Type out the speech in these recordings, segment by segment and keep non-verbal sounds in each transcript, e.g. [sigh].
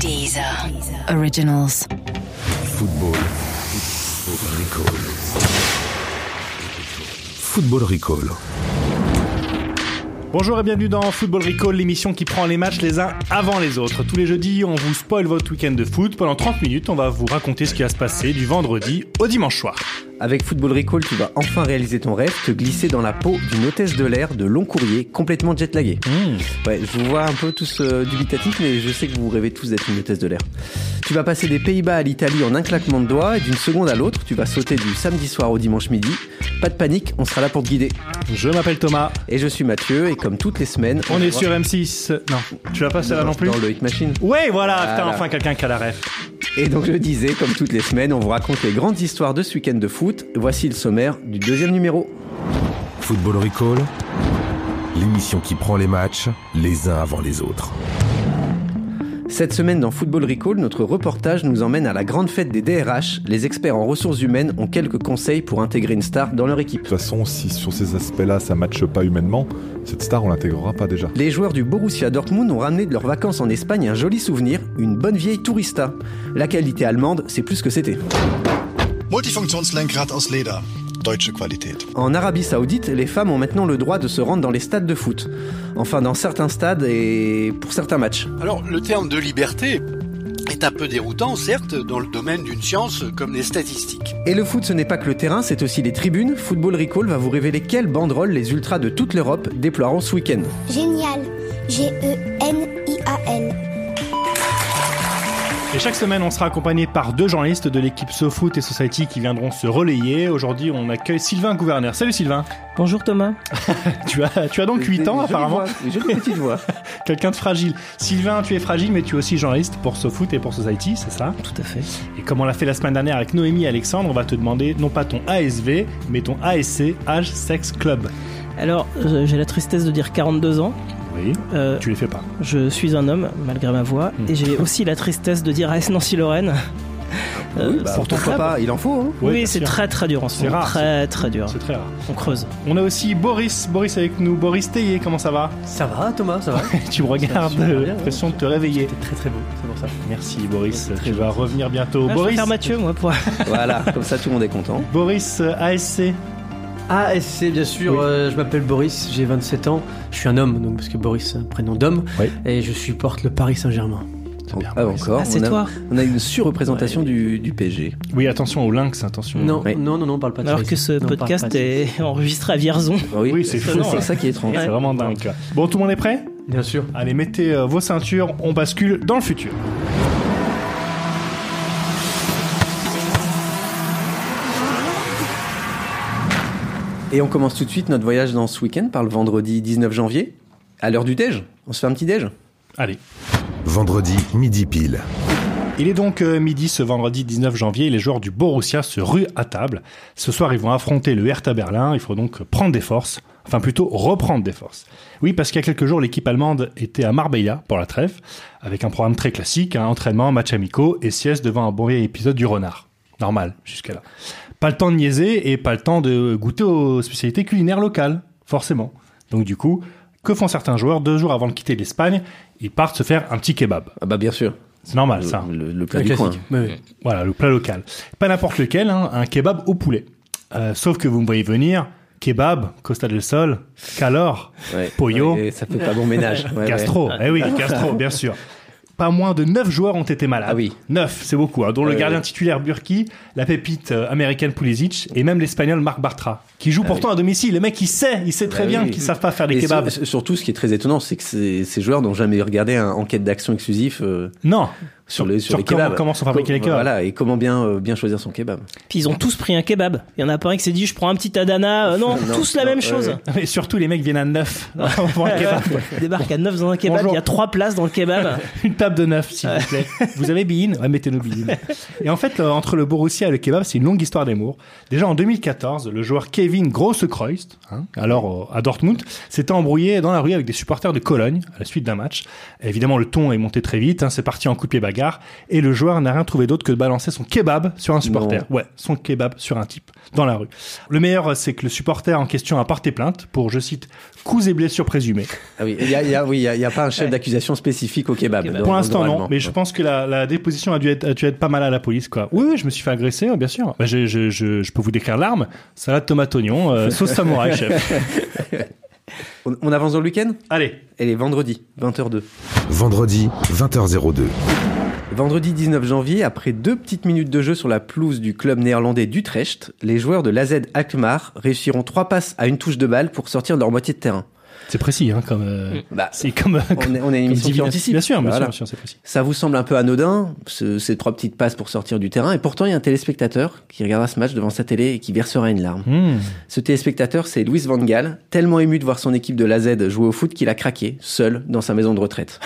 Deezer. Originals. Football. Recall. Football Recall. Bonjour et bienvenue dans Football Recall, l'émission qui prend les matchs les uns avant les autres. Tous les jeudis, on vous spoil votre week-end de foot. Pendant 30 minutes, on va vous raconter ce qui va se passer du vendredi au dimanche soir. Avec Football Recall, tu vas enfin réaliser ton rêve, te glisser dans la peau d'une hôtesse de l'air de long courrier complètement jetlaguée. Hmm. Ouais, je vous vois un peu tous euh, dubitatifs, mais je sais que vous rêvez tous d'être une hôtesse de l'air. Tu vas passer des Pays-Bas à l'Italie en un claquement de doigts et d'une seconde à l'autre, tu vas sauter du samedi soir au dimanche midi. Pas de panique, on sera là pour te guider. Je m'appelle Thomas, Et je suis Mathieu, et comme toutes les semaines, on est se sur M6. Non, tu l'as pas voit celle-là non plus dans le Hit Machine. Ouais, voilà, putain, Voilà. enfin quelqu'un qui a la ref. Et donc je disais, comme toutes les semaines, on vous raconte les grandes histoires de ce week-end de foot. Voici le sommaire du deuxième numéro. Football Recall. L'émission qui prend les matchs les uns avant les autres. Cette semaine dans Football Recall, notre reportage nous emmène à la grande fête des DRH. Les experts en ressources humaines ont quelques conseils pour intégrer une star dans leur équipe. De toute façon, si sur ces aspects-là, ça matche pas humainement, cette star, on l'intégrera pas déjà. Les joueurs du Borussia Dortmund ont ramené de leurs vacances en Espagne un joli souvenir, une bonne vieille tourista. La qualité allemande, c'est plus ce que c'était. Multifunktionslenkrad aus Leder. Deutsche Qualität. En Arabie Saoudite, les femmes ont maintenant le droit de se rendre dans les stades de foot. Enfin, dans certains stades et pour certains matchs. Alors, le terme de liberté est un peu déroutant, certes, dans le domaine d'une science comme les statistiques. Et le foot, ce n'est pas que le terrain, c'est aussi les tribunes. Football Recall va vous révéler quelles banderoles les ultras de toute l'Europe déploieront ce week-end. Génial. G-E-N-I-A-L. Et chaque semaine, on sera accompagné par deux journalistes de l'équipe SoFoot et Society qui viendront se relayer. Aujourd'hui, on accueille Sylvain Gouverneur. Salut Sylvain. Bonjour Thomas. [laughs] Tu as, tu as donc 8 ans Jolie apparemment. voix, Jolie petite voix. Quelqu'un de fragile. Sylvain, tu es fragile, mais tu es aussi journaliste pour SoFoot et pour Society, c'est ça Tout à fait. Et comme on l'a fait la semaine dernière avec Noémie et Alexandre, on va te demander non pas ton ASV, mais ton ASC, âge, sexe, club. Alors, euh, j'ai la tristesse de dire 42 ans. Oui. Euh, Tu les fais pas. je suis un homme, malgré ma voix. Mm. Et j'ai aussi la tristesse de dire AS Nancy-Lorraine. Euh, Bah, c'est pourtant, très- pas, il en faut. hein. Ouais, Oui, bien c'est sûr. très très dur en ce C'est moment. rare, Très très dur. C'est très rare. On creuse. Ah, On a aussi Boris, Boris avec nous, Boris Théier, comment ça va Ça va Thomas, ça va [laughs] Tu me regardes, super euh, bien, ouais. l'impression de te réveiller. C'était très très beau, c'est pour ça. Merci Boris, tu vas revenir bientôt. Ah, je vais Boris, faire Mathieu, moi, pour. Voilà, comme ça tout le monde est content. Boris euh, ASC, ASC bien sûr, Oui. euh, je m'appelle Boris, j'ai 27 ans, je suis un homme, donc parce que Boris c'est un prénom d'homme, Oui. et je supporte le Paris Saint-Germain. Ah, encore, Ah, c'est on, a, toi. on a une surreprésentation du, du PSG. Oui, attention au lynx, attention. Non, Oui. non, non, non, on parle pas de ça. Alors que ici. ce Non, on parle pas podcast de ça. est enregistré à Vierzon. Oui, c'est ça, fou, Ah C'est ouais. ça qui est étrange. C'est vraiment dingue. Bon, tout le monde est prêt Bien sûr. Allez, mettez euh, vos ceintures, on bascule dans le futur. Et on commence tout de suite notre voyage dans ce week-end par le vendredi 19 janvier. À l'heure du déj, on se fait un petit déj. Allez. Vendredi, midi pile. Il est donc euh, midi ce vendredi 19 janvier et les joueurs du Borussia se ruent à table. Ce soir, ils vont affronter le Hertha Berlin. Il faut donc prendre des forces. Enfin, plutôt reprendre des forces. Oui, parce qu'il y a quelques jours, l'équipe allemande était à Marbella pour la trêve, avec un programme très classique, un entraînement, match amicaux et sieste devant un bon vieil épisode du renard. Normal, jusqu'à là. Pas le temps de niaiser et pas le temps de goûter aux spécialités culinaires locales, forcément. Donc du coup, que font certains joueurs deux jours avant de quitter l'Espagne Ils partent se faire un petit kebab. Ah bah bien sûr, C'est normal, Ah, ça. hein. le, le- le plat Un Ah, du coin. Mm. classique. Ouais, ouais. Voilà, le plat local. Pas n'importe lequel, hein, un kebab au poulet. Euh, sauf que vous me voyez venir, kebab, Costa del Sol, Calor, Ouais. Pollo, Ouais, ça fait pas [laughs] bon ménage. Ouais, ouais. Castro. Eh [laughs] oui, Castro, bien sûr. Pas moins de 9 joueurs ont été malades. Ah oui. 9, c'est beaucoup, hein, dont le Ouais, gardien ouais. titulaire Burki, la pépite euh, américaine Pulisic et même l'espagnol Marc Bartra, qui joue pourtant à domicile. Le mec, il sait, il sait très Ah Bah bien oui. qu'ils savent pas faire des Et kebabs. sur- surtout, ce qui est très étonnant, c'est que ces, ces joueurs n'ont jamais regardé un enquête d'action exclusif euh, Non. [laughs] sur, les, sur les comment- kebabs. comment sont fabriqués les Com- kebabs. Voilà, et comment bien, euh, bien choisir son kebab. Puis ils ont tous pris un kebab. Il y en a pas un qui s'est dit je prends un petit Adana. Euh, non, Non, tous la non, même ouais, chose. ouais. Et surtout, les mecs viennent à [laughs] 9 pour un kebab. Débarque à 9 dans un kebab. Bonjour. Il y a 3 places dans le kebab. [laughs] Une table de neuf, s'il vous plaît. vous avez Bean ouais, Mettez-nous Bean. Et en fait, euh, entre le Borussia et le kebab, c'est une longue histoire d'amour. Déjà en 2014, le joueur Kevin Grossekreutz, hein, alors euh, à Dortmund, s'était embrouillé dans la rue avec des supporters de Cologne à la suite d'un match. Et évidemment, le ton est monté très vite. hein, c'est parti en coup de pied bagarre. placard et le joueur n'a rien trouvé d'autre que de balancer son kebab sur un supporter. Ouais, son kebab sur un type dans la rue. Le meilleur, c'est que le supporter en question a porté plainte pour, je cite, coups et blessures présumés. Ah oui, il n'y a, il y a- oui, il y a- il y a pas un chef d'accusation spécifique au kebab. Pour dans- Pour l'instant, non, Eh ben, normalement. mais je pense que la, la déposition a dû, être, a dû être pas mal à la police, quoi. Oui, oui, je me suis fait agresser, euh, bien sûr. Bah, je, je- je- je peux vous décrire l'arme salade tomate oignon, [laughs] euh, sauce samouraï, chef. On, on avance dans le week-end Allez, Elle est vendredi, 20h02. Vendredi, 20h02. Vendredi 19 janvier, après deux petites minutes de jeu sur la pelouse du club néerlandais d'Utrecht, les joueurs de l'AZ Alkmaar réussiront trois passes à une touche de balle pour sortir de leur moitié de terrain. c'est précis, hein, comme. euh, Bah, c'est comme. euh, on est, on est une comme émission qui divination. anticipe. Bien sûr, bien sûr, Voilà. bien sûr, c'est précis. Ça vous semble un peu anodin, ce- ces trois petites passes pour sortir du terrain, et pourtant il y a un téléspectateur qui regardera ce match devant sa télé et qui versera une larme. Hmm. Ce téléspectateur, c'est Louis Van Gaal, tellement ému de voir son équipe de la Z jouer au foot qu'il a craqué, seul, dans sa maison de retraite.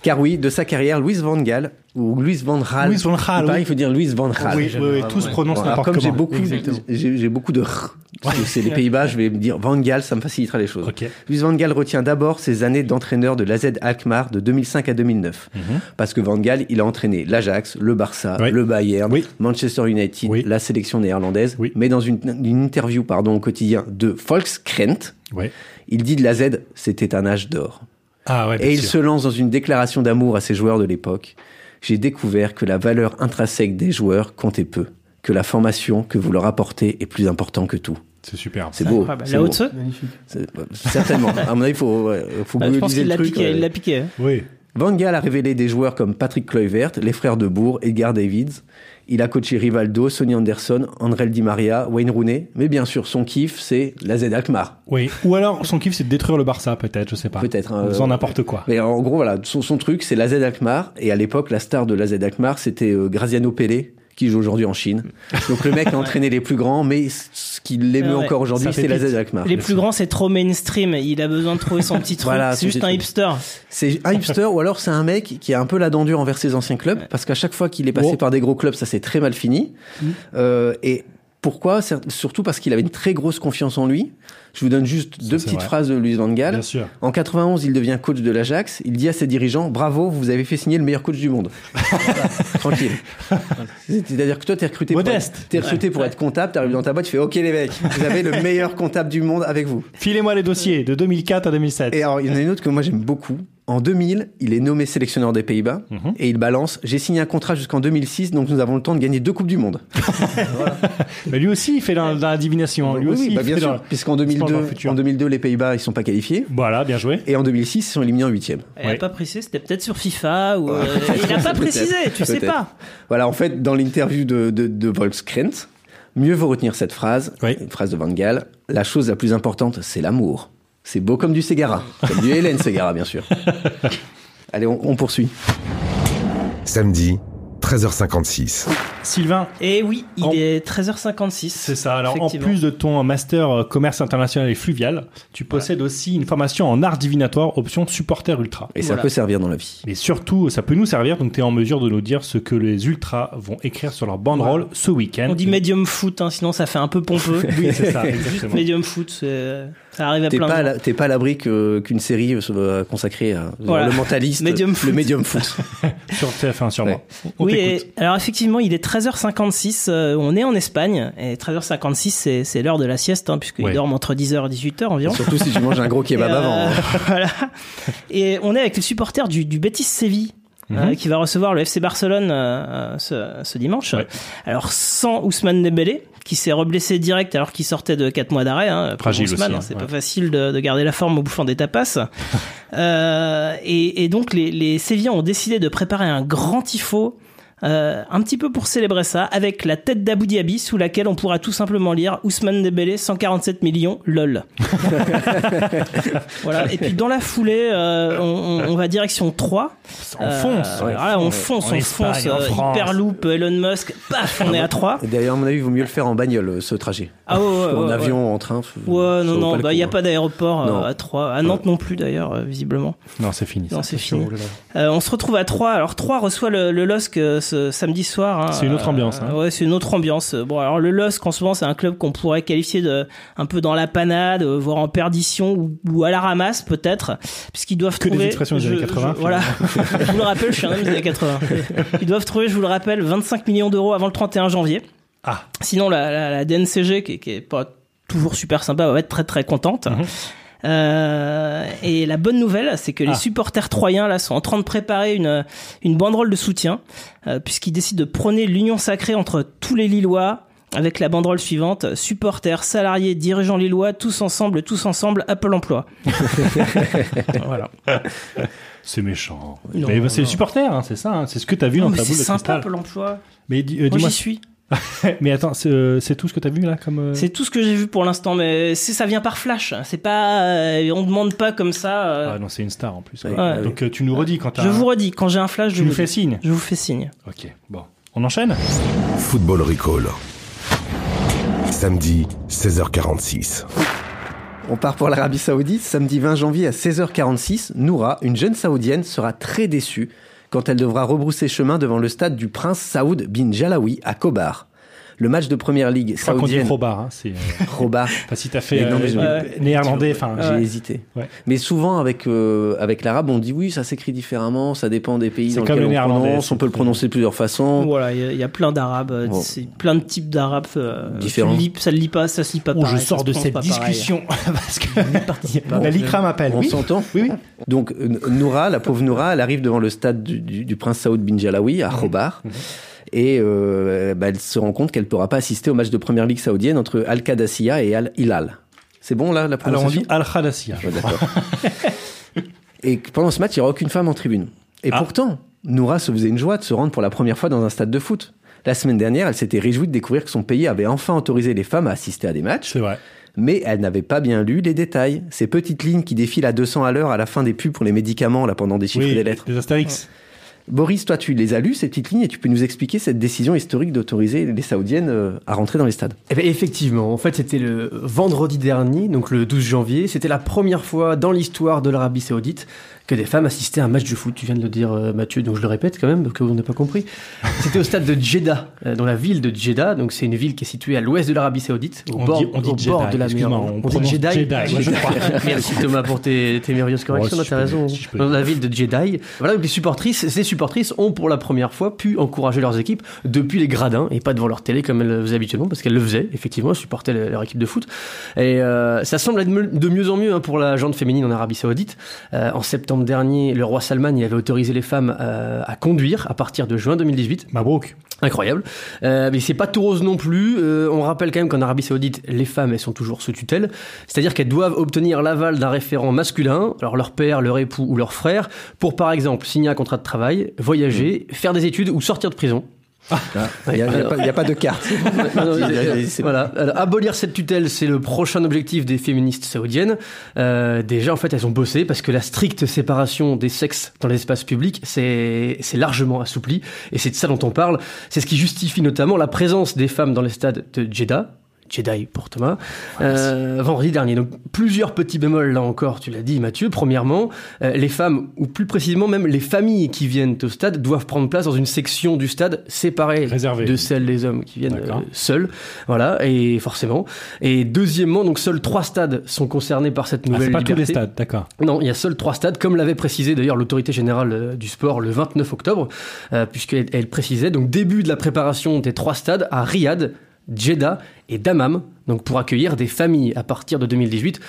Car oui, de sa carrière, Louis Van Gaal, ou Louis Van Gaal, Louis van Gaal, ou pareil, oui. il faut dire Louis Van Gaal. Oui, oui, oui, tous prononcent Bon, alors, n'importe comme j'ai comment. beaucoup, j'ai j'ai beaucoup de r, parce que c'est les Pays-Bas, je vais me dire Van Gaal, ça me facilitera les choses. Ok. Louis Van Gaal retient d'abord ses années d'entraîneur de l'AZ Alkmaar de 2005 à 2009. Parce que Van Gaal, il a entraîné l'Ajax, le Barça, Mhm. Oui. le Bayern, Oui. Manchester United, Oui. la sélection néerlandaise. Oui. Mais dans une, une interview pardon, au quotidien de Volkskrant, Ouais. il dit de l'AZ, c'était un âge d'or. Ah ouais, bien Et il sûr. se lance dans une déclaration d'amour à ses joueurs de l'époque. J'ai découvert que la valeur intrinsèque des joueurs comptait peu, que la formation que vous leur apportez est plus important que tout. C'est superbe. C'est beau. Incroyable. c'est La beau. haute se Magnifique. C'est- bah, [laughs] Certainement. À mon avis, il faut, ouais, faut Bah, Je pense googliser qu'il le l'a truc. piqué, ouais. il l'a piqué. hein. Oui. Van Gaal a révélé des joueurs comme Patrick Kluivert, les frères de Bourg, Edgar Davids. Il a coaché Rivaldo, Sonny Anderson, Andrel Di Maria, Wayne Rooney. Mais bien sûr, son kiff, c'est la Z Alkmaar. Oui. Ou alors, son kiff, c'est de détruire le Barça, peut-être, je sais pas. Peut-être, hein, En faisant euh, n'importe quoi. Mais en gros, voilà, son, son truc, c'est la Z Alkmaar. Et à l'époque, la star de la Z Alkmaar, c'était euh, Graziano Pelé, qui joue aujourd'hui en [laughs] Chine. Donc le mec a entraîné les plus grands, mais c- ce qu'il aimait Ah Ouais, ouais. encore aujourd'hui, Ça c'est la pépite. Z Alkmaar. Les plus grands, c'est trop mainstream. Il a besoin de trouver [laughs] son petit truc. Voilà, son c'est juste petit un truc. hipster. C'est un hipster ou alors c'est un mec qui a un peu la dent dure envers ses anciens clubs parce qu'à chaque fois qu'il est passé Wow. par des gros clubs, ça s'est très mal fini. Mmh. Euh, et pourquoi C'est Surtout parce qu'il avait une très grosse confiance en lui. Je vous donne juste deux c'est petites vrai. phrases de Luis Van Gaal. Bien sûr. En 91, il devient coach de l'Ajax. Il dit à ses dirigeants "Bravo, vous avez fait signer le meilleur coach du monde." [laughs] Voilà, [laughs] Tranquille. C'est-à-dire que toi, t'es recruté Modeste. pour être, t'es recruté pour être comptable. T'arrives dans ta boîte, tu fais "Ok les mecs, vous avez le meilleur comptable du monde avec vous." Filez-moi les dossiers de 2004 à 2007. Et alors, il y en a une autre que moi j'aime beaucoup. En 2000, il est nommé sélectionneur des Pays-Bas Mhm. et il balance J'ai signé un contrat jusqu'en 2006, donc nous avons le temps de gagner deux Coupes du Monde. Mais lui aussi, il fait dans, dans la divination. hein. Lui Oui, aussi, oui, bah, il bien fait dans- sûr, puisqu'en il se plonge dans 2002, le futur. en 2002, les Pays-Bas ils sont pas qualifiés Voilà, bien joué. et en 2006, ils sont éliminés en huitième. Il a Ouais. pas précisé, c'était peut-être sur FIFA ou. euh, Ouais. il a [laughs] pas Peut-être. précisé, tu sais Peut-être. pas. Voilà, en fait, dans l'interview de, de, de Volkskrant, mieux vaut retenir cette phrase, Oui. une phrase de Van Gaal La chose la plus importante, c'est l'amour. C'est beau comme du Ségara, comme du Hélène Ségara, bien sûr. [laughs] Allez, on- on poursuit. Samedi, 13h56. Sylvain, Et oui, il En- est 13h56. C'est ça. Alors, en Effectivement. plus de ton master euh, commerce international et fluvial, tu possèdes aussi une formation en art divinatoire, option supporter ultra. Et ça Voilà. peut servir dans la vie. Mais surtout, ça peut nous servir, donc tu es en mesure de nous dire ce que les ultras vont écrire sur leur banderole ce week-end. On dit medium foot, hein, sinon ça fait un peu pompeux. [laughs] Oui, [laughs] c'est ça, [laughs] Juste exactement. medium foot, c'est- euh, ça arrive à T'es plein pas, à de gens. la- t'es pas à l'abri que- qu'une série euh, soit consacrée à euh, Voilà. le mentaliste, [laughs] Medium foot. le médium foot. [laughs] Sur TF1, sûrement. Ouais. On oui, t'écoute. et- alors effectivement, il est 13h56, euh, on est en Espagne, et 13h56, c'est, c'est l'heure de la sieste, hein, puisqu'ils Ouais. dorment entre 10h et 18h environ. Surtout si tu manges un gros kebab Et, euh, avant. hein. [laughs] voilà. Et on est avec les supporters du, du Betis Séville. Mhm. euh, qui va recevoir le FC Barcelone euh, euh, ce, ce dimanche. Ouais. Alors sans Ousmane Dembélé, qui s'est reblessé direct alors qu'il sortait de 4 mois d'arrêt. hein, pour Fragile Ousmane, aussi, hein, c'est ouais. pas facile de, de garder la forme au bouffant [laughs] des tapas. Euh, et, et donc les, les Sévillans ont décidé de préparer un grand tifo. euh, un petit peu pour célébrer ça, avec la tête d'Abu Dhabi sous laquelle on pourra tout simplement lire Ousmane Dembélé 147 millions, [laughs] lol. voilà. Et puis dans la foulée, euh, on, on- on va direction 3. On fonce. Euh, voilà, on fonce, En on Espagne, fonce. en euh, France. Hyperloop, Elon Musk, paf, on est à 3. [laughs] Et D'ailleurs, à mon avis, il vaut mieux le faire en bagnole, euh, ce trajet. Ah ouais, ouais, en ouais, avion, en train. f- Ouais, ça non, vaut non, le bah, coup, il n'y a hein. pas d'aéroport euh, Non. à 3. À Nantes non plus, d'ailleurs, euh, visiblement. Non, c'est fini. Non, ça. c'est fini. Euh, on se retrouve à 3. Alors, 3 reçoit le, le LOSC euh, ce samedi soir. hein. C'est une autre ambiance, hein. Ouais, c'est une autre ambiance. Bon, alors le LOSC en ce moment, c'est un club qu'on pourrait qualifier de un peu dans la panade, euh, voire en perdition ou, ou à la ramasse peut-être, puisqu'ils doivent Que des trouver. expressions des années je- 80, je- voilà. [laughs] je vous le rappelle, je suis un homme des [laughs] années 80. Ils doivent trouver, je vous le rappelle, 25 millions d'euros avant le 31 janvier. Ah. Sinon, la, la, la DNCG, qui, est- qui est pas toujours super sympa, va être très très contente. Mhm. Euh, et la bonne nouvelle, c'est que Ah. les supporters troyens là sont en train de préparer une une banderole de soutien, euh, puisqu'ils décident de prôner l'union sacrée entre tous les Lillois. Avec la banderole suivante, supporters, salariés, dirigeants lillois, tous ensemble, tous ensemble, Apple Emploi. [laughs] voilà. C'est méchant. Non, Mais bah, c'est non. les supporters, hein, c'est ça. hein. C'est ce que t'as vu Non, dans mais ta boule c'est de sympa, cristal. Apple Emploi. Mais di- euh, Moi, dis-moi, j'y suis. mais attends, c'est euh, c'est tout ce que t'as vu là comme. euh, C'est tout ce que j'ai vu pour l'instant, mais c'est- ça vient par flash. C'est pas, euh, on demande pas comme ça. euh. Ah non, c'est une star en plus. Ouais, quoi. ouais. Donc euh, tu nous redis quand t'as. je vous redis, quand j'ai un flash, je Tu nous vous, fais dis. signe. je vous fais signe. Ok, bon. On enchaîne Football Recall. Samedi, 16h46. On part pour l'Arabie Saoudite. Samedi 20 janvier à 16h46, Noura, une jeune Saoudienne, sera très déçue quand elle devra rebrousser chemin devant le stade du prince Saoud bin Jalawi à Kobar. Le match de première ligue Je crois qu'on dit saoudienne. Robar. Hein, c'est, euh, [laughs] Robar. enfin, si t'as fait Mais non, mais je- euh, néerlandais, enfin. J'ai j'ai- hésité. Ouais. Mais souvent avec euh, avec l'arabe, on dit oui, ça s'écrit différemment, ça dépend des pays C'est dans comme lesquels le on néerlandais, prononce. c'est- On peut le prononcer de plusieurs façons. Voilà, il y a- il y, a plein d'arabes, euh, Bon. c'est plein de types d'arabes. euh, tu Différents. lis- ça ne lit pas, ça se lit pas. Oh, je pareil, ça sors se de prononce cette pas pareil. discussion [laughs] parce que pas. la Licra m'appelle. On Oui. s'entend Oui, oui. Donc euh, Noura, la pauvre Noura, elle arrive devant le stade du, du- du prince Saoud bin Jalawi Mhm. à Khobar et euh, bah, elle se rend compte qu'elle ne pourra pas assister au match de première ligue saoudienne entre Al Qadasiya et Al Hilal. C'est bon là Alors on la prononciation dit Al Khadassia. Ouais, d'accord. [laughs] et que pendant ce match, il n'y aura aucune femme en tribune. Et pourtant, Noura se faisait une joie de se rendre pour la première fois dans un stade de foot. La semaine dernière, elle s'était réjouie de découvrir que son pays avait enfin autorisé les femmes à assister à des matchs. C'est vrai. Mais elle n'avait pas bien lu les détails. Ces petites lignes qui défilent à 200 à l'heure à la fin des pubs pour les médicaments, là, pendant des chiffres et Oui, des lettres. les Astérix. Ah, Boris, toi, tu les as lues, ces petites lignes, et tu peux nous expliquer cette décision historique d'autoriser les Saoudiennes euh, à rentrer dans les stades. Eh ben, effectivement, en fait c'était le vendredi dernier, donc le 12 janvier, c'était la première fois dans l'histoire de l'Arabie saoudite que des femmes assistaient à un match de foot. Tu viens de le dire euh, Mathieu, donc je le répète quand même, parce que vous n'avez pas [laughs] compris. C'était au stade de Jeddah, euh, dans la ville de Jeddah, donc c'est une ville qui est située à l'ouest de l'Arabie saoudite, au On bord, dit- on dit au bord Jeddah, de la mer. excuse-moi, on prononce Jeddah. Jeddah, moi, je crois. [laughs] Merci Thomas pour tes, tes merveilleuses corrections, Ouais, si t'as je peux- raison. si je peux Dans la ville de Jedi. Voilà, donc les supportrices, ces supportrices ont pour la première fois pu encourager leurs équipes depuis les gradins et pas devant leur télé comme elles le faisaient habituellement, parce qu'elles le faisaient, effectivement, elles supportaient le- leur équipe de foot. Et euh, ça semble être me- de mieux en mieux hein, pour la gente féminine en Arabie Saoudite. Euh, en septembre dernier, le roi Salman il avait autorisé les femmes euh, à conduire à partir de juin 2018. Mabrouk. Incroyable. Euh, mais c'est pas tout rose non plus. Euh, on rappelle quand même qu'en Arabie Saoudite, les femmes, elles sont toujours sous tutelle. C'est-à-dire qu'elles doivent obtenir l'aval d'un référent masculin, alors leur père, leur époux ou leur frère, pour par exemple signer un contrat de travail, voyager, faire des études ou sortir de prison. Il n'y a, il y a pas- il y a pas de carte. Non, non, c'est- C'est- voilà. Alors, abolir cette tutelle, c'est le prochain objectif des féministes saoudiennes. Euh, déjà, en fait, elles ont bossé parce que la stricte séparation des sexes dans l'espace public, c'est c'est largement assoupli. Et c'est de ça dont on parle. C'est ce qui justifie notamment la présence des femmes dans les stades de Jeddah. Jedi pour Thomas, euh, vendredi dernier. Donc plusieurs petits bémols là encore, tu l'as dit Mathieu. Premièrement, euh, les femmes, ou plus précisément même les familles qui viennent au stade, doivent prendre place dans une section du stade séparée Réservée. de celle des hommes qui viennent D'accord. euh, seuls. Voilà, et forcément. Et deuxièmement, donc seuls trois stades sont concernés par cette Ah, nouvelle c'est pas tous liberté. les stades, d'accord. Non, il y a seuls trois stades, comme l'avait précisé d'ailleurs l'autorité générale euh, du sport le 29 octobre, euh, puisqu'elle elle précisait donc début de la préparation des trois stades à Riyad, Jeddah et Dammam, donc pour accueillir des familles à partir de 2018.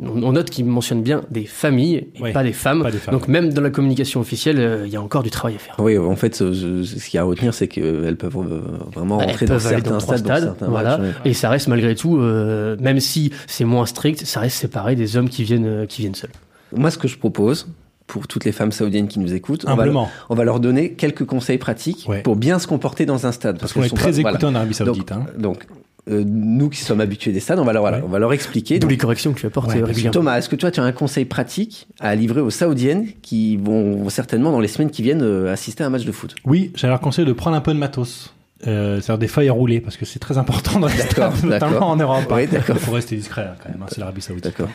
On on note qu'il mentionne bien des familles et Ouais, pas, des femmes. pas des femmes. Donc même dans la communication officielle, euh, il y a encore du travail à faire. Oui, en fait, ce, ce- ce qu'il y a à retenir, c'est qu'elles peuvent euh, vraiment Elles rentrer dans peuvent aller certains trois stades, dans certains voilà. matchs, ouais. Et ça reste malgré tout, euh, même si c'est moins strict, ça reste séparé des hommes qui viennent, euh, qui viennent seuls. Moi, ce que je propose pour toutes les femmes saoudiennes qui nous écoutent, on va, leur, Humblement. on va leur donner quelques conseils pratiques Ouais. pour bien se comporter dans un stade. Parce qu'elles qu'on est sont très pas- écoutés voilà. en Arabie Donc, Saoudite. hein. donc, euh, nous qui sommes habitués des stades, on va leur, voilà, Ouais. on va leur expliquer. D'où Donc, les corrections que tu apportes Ouais, euh, parce que régulièrement. Thomas, est-ce que toi, tu as un conseil pratique à livrer aux saoudiennes qui vont certainement dans les semaines qui viennent euh, assister à un match de foot Oui, j'allais leur conseiller de prendre un peu de matos. Euh, c'est-à-dire des feuilles à rouler parce que c'est très important dans les D'accord, stades, notamment d'accord. en Europe. Oui, d'accord. Il faut rester discret hein, quand même, hein, c'est l'Arabie Saoudite. D'accord.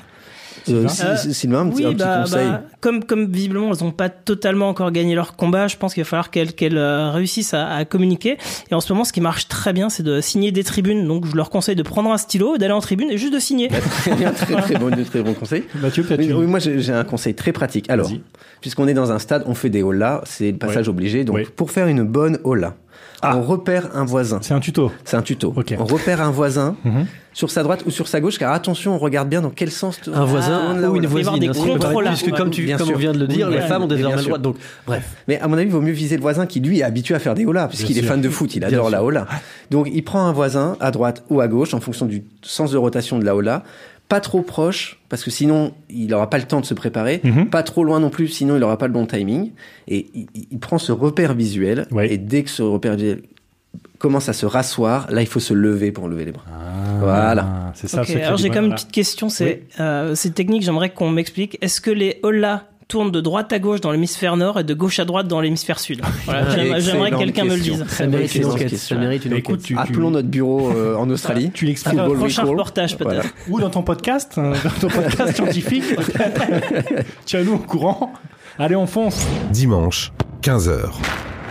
Euh, Sylvain Sy- Sy- Sylvain, un petit- un petit conseil. bah, comme, comme visiblement elles n'ont pas totalement encore gagné leur combat, je pense qu'il va falloir qu'elles qu'elles, euh, réussissent à, à communiquer. Et en ce moment, ce qui marche très bien, c'est de signer des tribunes. Donc je leur conseille de prendre un stylo, d'aller en tribune et juste de signer. [laughs] très bien, très, très bon, de très bon conseil. Mathieu, peut-être Oui, une- oui, moi j'ai j'ai un conseil très pratique. Alors, Vas-y. puisqu'on est dans un stade, on fait des holas, c'est le passage obligé. Donc, Oui. pour faire une bonne hola, Ah. on repère un voisin. C'est un tuto. C'est un tuto. Ok. On repère un voisin Mhm. sur sa droite ou sur sa gauche, car attention, on regarde bien dans quel sens. Un voisin Ah, tourne la ou une hola. voisine, voisine. des ainsi de suite. contrôles. hein. Puisque comme, tu, Bien comme sûr. on vient de le dire, Oui, les voilà. femmes ont Bien désormais le sûr. droit. Donc, bref. Mais à mon avis, il vaut mieux viser le voisin qui, lui, est habitué à faire des holas, puisqu'il est fan de foot, il adore la hola. Donc, il prend un voisin à droite ou à gauche, en fonction du sens de rotation de la hola. Pas trop proche, parce que sinon, il n'aura pas le temps de se préparer. Mhm. Pas trop loin non plus, sinon, il n'aura pas le bon timing. Et il, il- il prend ce repère visuel. Ouais. Et dès que ce repère visuel commence à se rasseoir, là, il faut se lever pour lever les bras. Voilà. Ah, C'est ça. Ok, le secret alors du j'ai quand bonheur. même une petite question, c'est euh, c'est technique, j'aimerais qu'on m'explique. Est-ce que les hola tournent de droite à gauche dans l'hémisphère nord et de gauche à droite dans l'hémisphère [laughs] sud Voilà, J'aimerais j'aimerais que Excellente quelqu'un me le question. dise. Très Ça mérite une excellente enquête. question. Ça mérite une Bah, enquête. écoute, tu- tu- Appelons notre bureau euh, en Australie. Tu l'expliques. Football Un prochain recall. reportage, peut-être. Voilà. Ou dans ton podcast, euh, dans ton podcast scientifique. [laughs] Tiens-nous au courant. Allez, on fonce. Dimanche, 15h.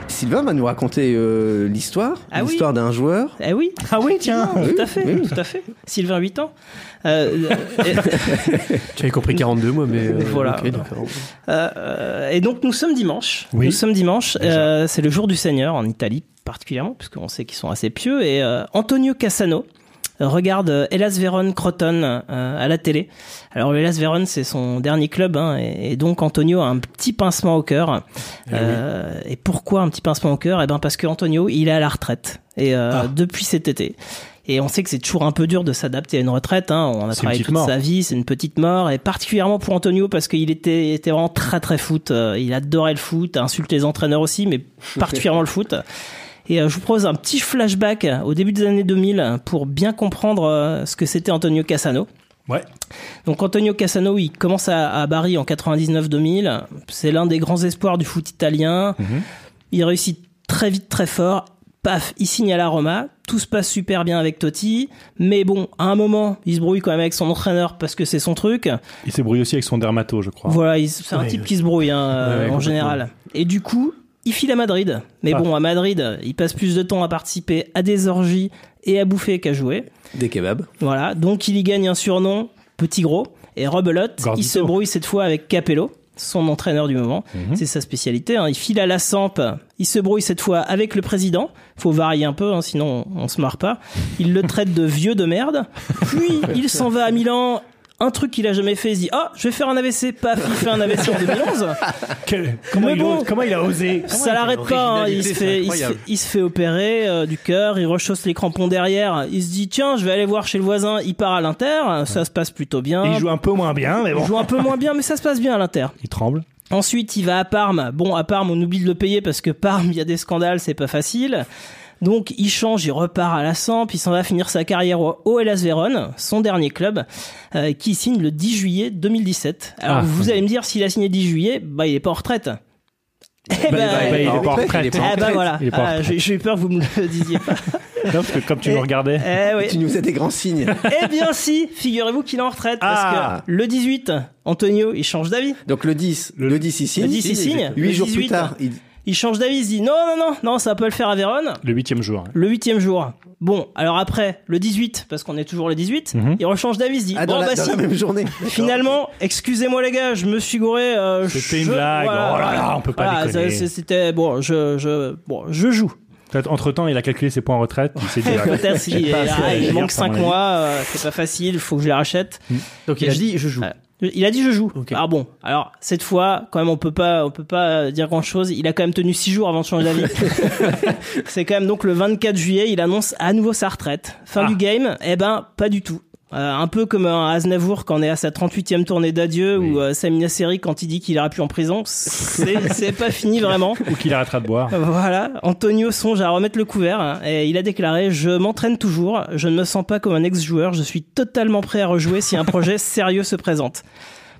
Sylvain va nous raconter euh, l'histoire, Ah oui. l'histoire d'un joueur. Eh oui, Ah oui, tiens. tout à fait, tout à fait. Sylvain, 8 ans. Euh, [laughs] euh, Tu avais compris 42, moi, mais. euh, Voilà. ok, d'accord. Euh, euh, et donc nous sommes dimanche. Oui. Nous sommes dimanche. Euh, c'est le jour du Seigneur en Italie particulièrement, puisqu'on sait qu'ils sont assez pieux. Et euh, Antonio Cassano regarde euh, Hellas Vérone Croton euh, à la télé. Alors le Hellas Vérone c'est son dernier club, hein, et, et donc Antonio a un petit pincement au cœur. Eh Euh, Et pourquoi un petit pincement au cœur Eh ben parce que Antonio il est à la retraite et euh, Ah. depuis cet été. Et on sait que c'est toujours un peu dur de s'adapter à une retraite. Hein. On a C'est une travaillé petite toute mort. sa vie, c'est une petite mort. Et particulièrement pour Antonio parce qu'il était, il était vraiment très très foot. Euh, Il adorait le foot, insulte les entraîneurs [laughs] aussi, mais particulièrement le foot. Et euh, je vous propose un petit flashback au début des années 2000 pour bien comprendre euh, ce que c'était Antonio Cassano. Ouais. Donc Antonio Cassano, il commence à, à Bari en 99-2000. C'est l'un des grands espoirs du foot italien. Mhm. Il réussit très vite, très fort. Paf, il signe à la Roma. Tout se passe super bien avec Totti. Mais bon, à un moment, il se brouille quand même avec son entraîneur parce que c'est son truc. Il s'est brouillé aussi avec son dermato, je crois. Voilà, il- c'est un Ouais, type ouais. qui se brouille hein, euh, Ouais, ouais, en complètement. général. Et du coup, il file à Madrid. Mais Ah. bon, à Madrid, il passe plus de temps à participer à des orgies et à bouffer qu'à jouer. Des kebabs. Voilà, donc il y gagne un surnom, Petit Gros, et rebelote, Gordito. il se brouille cette fois avec Capello, son entraîneur du moment, c'est sa spécialité, hein. il file à la Samp, il se brouille cette fois avec le président, faut varier un peu, hein, sinon on, on se marre pas, il le traite de vieux de merde, puis il s'en va à Milan, un truc qu'il a jamais fait, il se dit « Ah, je vais faire un AVC !» Paf, il fait un AVC en 2011 Quel- Comment, Mais il bon. ose- comment il a osé ça l'arrête pas, hein. il, se fait, il, se fait, il se fait opérer euh, du cœur, il rechausse les crampons derrière, il se dit tiens je vais aller voir chez le voisin, il part à l'Inter, ça se passe plutôt bien. Il Ah. joue un peu moins bien, mais Il bon. joue un peu moins bien mais ça se passe bien à l'Inter. Il tremble. Ensuite il va à Parme, bon à Parme on oublie de le payer parce que Parme il y a des scandales, c'est pas facile. Donc il change, il repart à la Samp, il s'en va finir sa carrière au au Hellas Vérone, son dernier club, euh, qui signe le 10 juillet 2017. Alors Ah. vous allez me dire s'il a signé 10 juillet, bah il est pas en retraite. Eh ben, bah, il est pas en retraite. ah bah voilà, Il est pas en Ah, j'ai j'ai eu peur que vous me le [laughs] disiez pas. Non, parce que comme tu me Et- regardais. eh Tu oui. nous fais des grands signes. Eh bien si, figurez-vous qu'il est en retraite Ah. parce que le 18, Antonio, il change d'avis. Donc le 10, le, 10 il signe. Le 10, il signe. 8 Le jours 18, plus tard, il, Il change d'avis, il se dit non non non non, ça peut le faire à Vérone. Le huitième jour. hein. Le huitième jour. Bon, alors après le 18, parce qu'on est toujours le 18, Mhm. il rechange d'avis, il se dit ah, dans, bon la, bah dans si. la même journée. [laughs] Finalement, excusez-moi les gars, je me suis gouré. euh, C'était je- une blague. voilà. Oh là là, on peut pas Voilà, déconner. ça, C'était bon, je je bon, je joue. Peut-être entre temps, il a calculé ses points en retraite. Il [laughs] s'est dit. ah, Peut-être s'il j'ai pas assez à ah, il dire, manque ça, à 5 mon avis. mois, euh, c'est pas facile, faut que je les rachète. Donc, il a dit je joue. Ouais. Il a dit je joue. Ok. Ah bon. Alors cette fois, quand même, on peut pas, on peut pas euh, dire grand chose. Il a quand même tenu six jours avant de [laughs] changer d'avis. C'est quand même donc le 24 juillet, il annonce à nouveau sa retraite. Fin Ah. du game. Eh ben, pas du tout. Euh, un peu comme un Aznavour quand on est à sa 38e tournée d'adieu ou euh, Sami Nasseri quand il dit qu'il ira plus en prison. C'est c'est pas fini vraiment. Ou qu'il arrêtera de boire. [laughs] Voilà, Antonio songe à remettre le couvert hein, et il a déclaré Je m'entraîne toujours, je ne me sens pas comme un ex-joueur, je suis totalement prêt à rejouer si un projet sérieux se présente.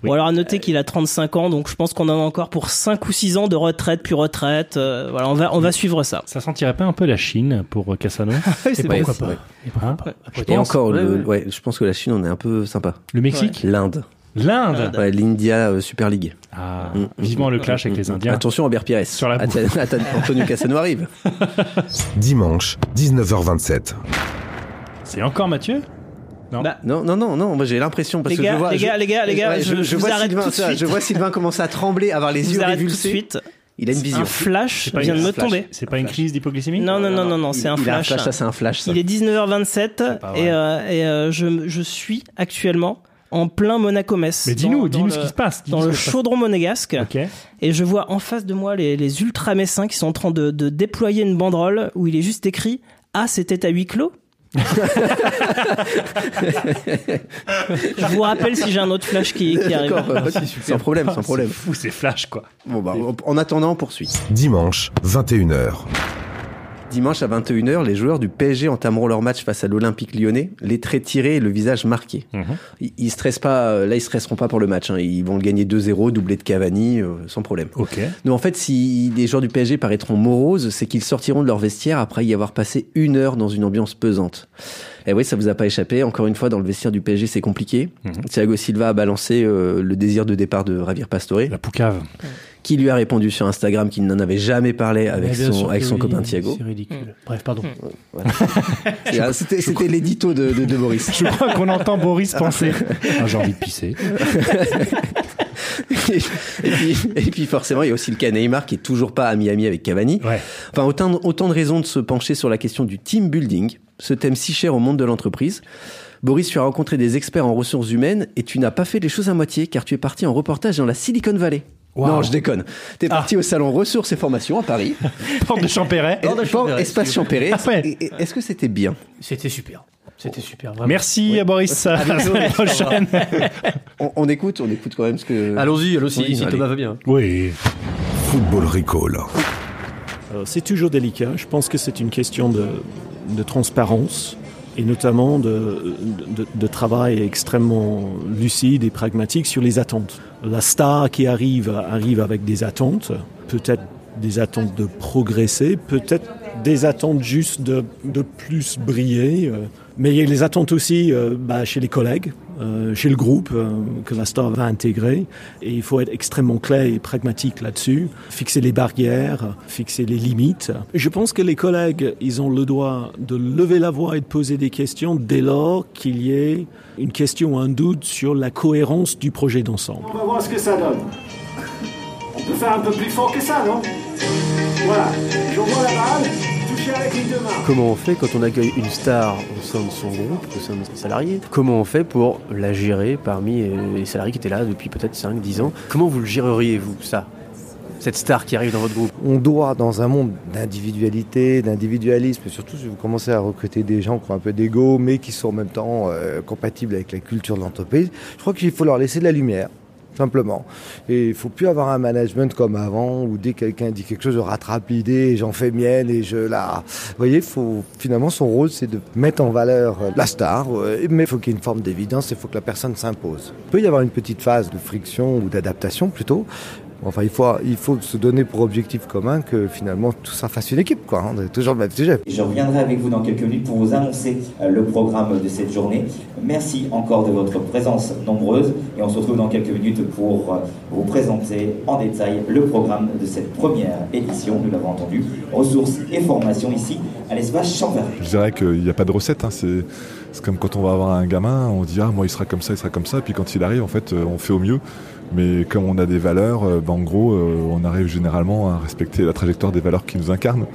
Bon, alors à noter qu'il a 35 ans, donc je pense qu'on en a encore pour 5 ou 6 ans de retraite, puis retraite. euh, voilà, on va, on va suivre ça. Ça sentirait pas un peu la Chine pour euh, [laughs] Cassano c'est Ouais, pourquoi c'est vrai. Hein Et pense- encore, ouais, le- ouais. ouais, je pense que la Chine, on est un peu sympa. Le Mexique L'Inde. L'Inde Ouais, l'India euh, Super League. Ah, Mm, mm, Vivement le clash avec les Indiens. Attention, Robert Pires. Ah, Sur la Atta- [laughs] Atta- Antonio Cassano arrive. Dimanche, 19h27. C'est encore Mathieu Non. Bah, Non, non, non, non. Moi, j'ai l'impression parce Les que gars, je vois. les je- gars, les gars, les gars, je- je vous vois arrête Sylvain, tout de ça, suite. Je vois Sylvain commencer à trembler, avoir je les vous yeux arrête tout de révulsés. suite. Il a une vision. Un flash pas vient une de me flash. tomber. C'est pas une crise d'hypoglycémie Non, non, non, non, non, Il- c'est un il a flash. Ça, c'est un flash. ça. Il est 19h27 pas vrai. et, euh, et euh, je, je suis actuellement en plein Monaco-Metz. Mais dans- dis-nous, dans dis-nous le- ce qui se passe. dis-nous Dans ce le qui se chaudron monégasque. passe. Ok. Et je vois en face de moi les, les ultra-messins qui sont en train de, de déployer une banderole où il est juste écrit Ah, c'était à huis clos Je vous rappelle si j'ai un autre flash qui, qui arrive. D'accord, [laughs] pas de- sans problème, sans problème. C'est fou, c'est flash quoi. Bon, bah, en- en attendant, on poursuit. Dimanche, 21h. Dimanche à 21h, les joueurs du PSG entameront leur match face à l'Olympique lyonnais, les traits tirés et le visage marqué. Mhm. Ils, ils stressent pas, euh, là, ils stresseront pas pour le match. hein. Ils vont le gagner 2-0, doublé de Cavani, euh, sans problème. Ok. Non, en fait, si les joueurs du PSG paraîtront moroses, c'est qu'ils sortiront de leur vestiaire après y avoir passé une heure dans une ambiance pesante. Et oui, ça vous a pas échappé. Encore une fois, dans le vestiaire du PSG, c'est compliqué. Mhm. Thiago Silva a balancé euh, le désir de départ de Javier Pastore, La poucave. qui lui a répondu sur Instagram qu'il n'en avait jamais parlé avec Mais bien son, sûr avec que son oui, copain Thiago. C'est ridicule. Mm. Bref, pardon. Et, ah, C'était c'était l'édito de, de, de Boris. Je crois qu'on entend Boris penser. Ah, j'ai envie de pisser. [laughs] et, puis, et puis forcément, il y a aussi le cas Neymar qui est toujours pas à Miami avec Cavani. Ouais. Enfin, autant, de- autant de raisons de se pencher sur la question du team building, ce thème si cher au monde de l'entreprise. Boris, tu as rencontré des experts en ressources humaines et tu n'as pas fait les choses à moitié car tu es parti en reportage dans la Silicon Valley. Non, je déconne. T'es Ah. parti au salon ressources et formations à Paris. [laughs] Porte de Champéret. Et- Port- Espace Champéret. Après. Et- et- Est-ce que c'était bien C'était super. C'était super. Vraiment. Ah, Merci à Boris. À la semaine prochaine. on, on écoute, on écoute quand même ce que. Allons-y, allons-y, Oui, si allez. Thomas va bien. Oui. Football Recall. Alors, C'est toujours délicat. Je pense que c'est une question de, de transparence et notamment de, de- de travail extrêmement lucide et pragmatique sur les attentes. La star qui arrive arrive avec des attentes, peut-être des attentes de progresser, peut-être des attentes juste de, de plus briller, euh. mais il y a les attentes aussi euh, bah, chez les collègues, euh, chez le groupe euh, que la star va intégrer. Et il faut être extrêmement clair et pragmatique là-dessus, fixer les barrières, fixer les limites. Je pense que les collègues, ils ont le droit de lever la voix et de poser des questions dès lors qu'il y ait une question ou un doute sur la cohérence du projet d'ensemble. On va voir ce que ça donne. On peut faire un peu plus fort que ça, non Voilà, j'envoie la balle, toucher avec les deux mains. Comment on fait quand on accueille une star au sein de son groupe, au sein de ses salariés Comment on fait pour la gérer parmi euh, les salariés qui étaient là depuis peut-être 5-10 ans Comment vous le géreriez, vous, ça Cette star qui arrive dans votre groupe On doit, dans un monde d'individualité, d'individualisme, surtout si vous commencez à recruter des gens qui ont un peu d'ego, mais qui sont en même temps euh, compatibles avec la culture de l'entreprise, je crois qu'il faut leur laisser de la lumière, simplement. Et il faut plus avoir un management comme avant, où dès que quelqu'un dit quelque chose, je rattrape l'idée, et j'en fais mienne et je la... Vous voyez, faut, finalement, son rôle, c'est de mettre en valeur euh, la star, euh, mais il faut qu'il y ait une forme d'évidence, il faut que la personne s'impose. Il peut y avoir une petite phase de friction ou d'adaptation, plutôt, Enfin, il faut, il faut se donner pour objectif commun que finalement tout ça fasse une équipe, quoi. hein. On est toujours le même sujet. Je reviendrai avec vous dans quelques minutes pour vous annoncer euh, le programme de cette journée. Merci encore de votre présence nombreuse et on se retrouve dans quelques minutes pour euh, vous présenter en détail le programme de cette première édition, nous l'avons entendu, ressources et formations ici à l'espace Chambéry. Ah, Je dirais qu'il n'y a pas de recette. hein, C'est c'est comme quand on va avoir un gamin, on dit ah moi il sera comme ça, il sera comme ça. Puis quand il arrive, en fait, euh, on fait au mieux. Mais comme on a des valeurs, euh, ben, en gros, euh, on arrive généralement à respecter la trajectoire des valeurs qui nous incarnent.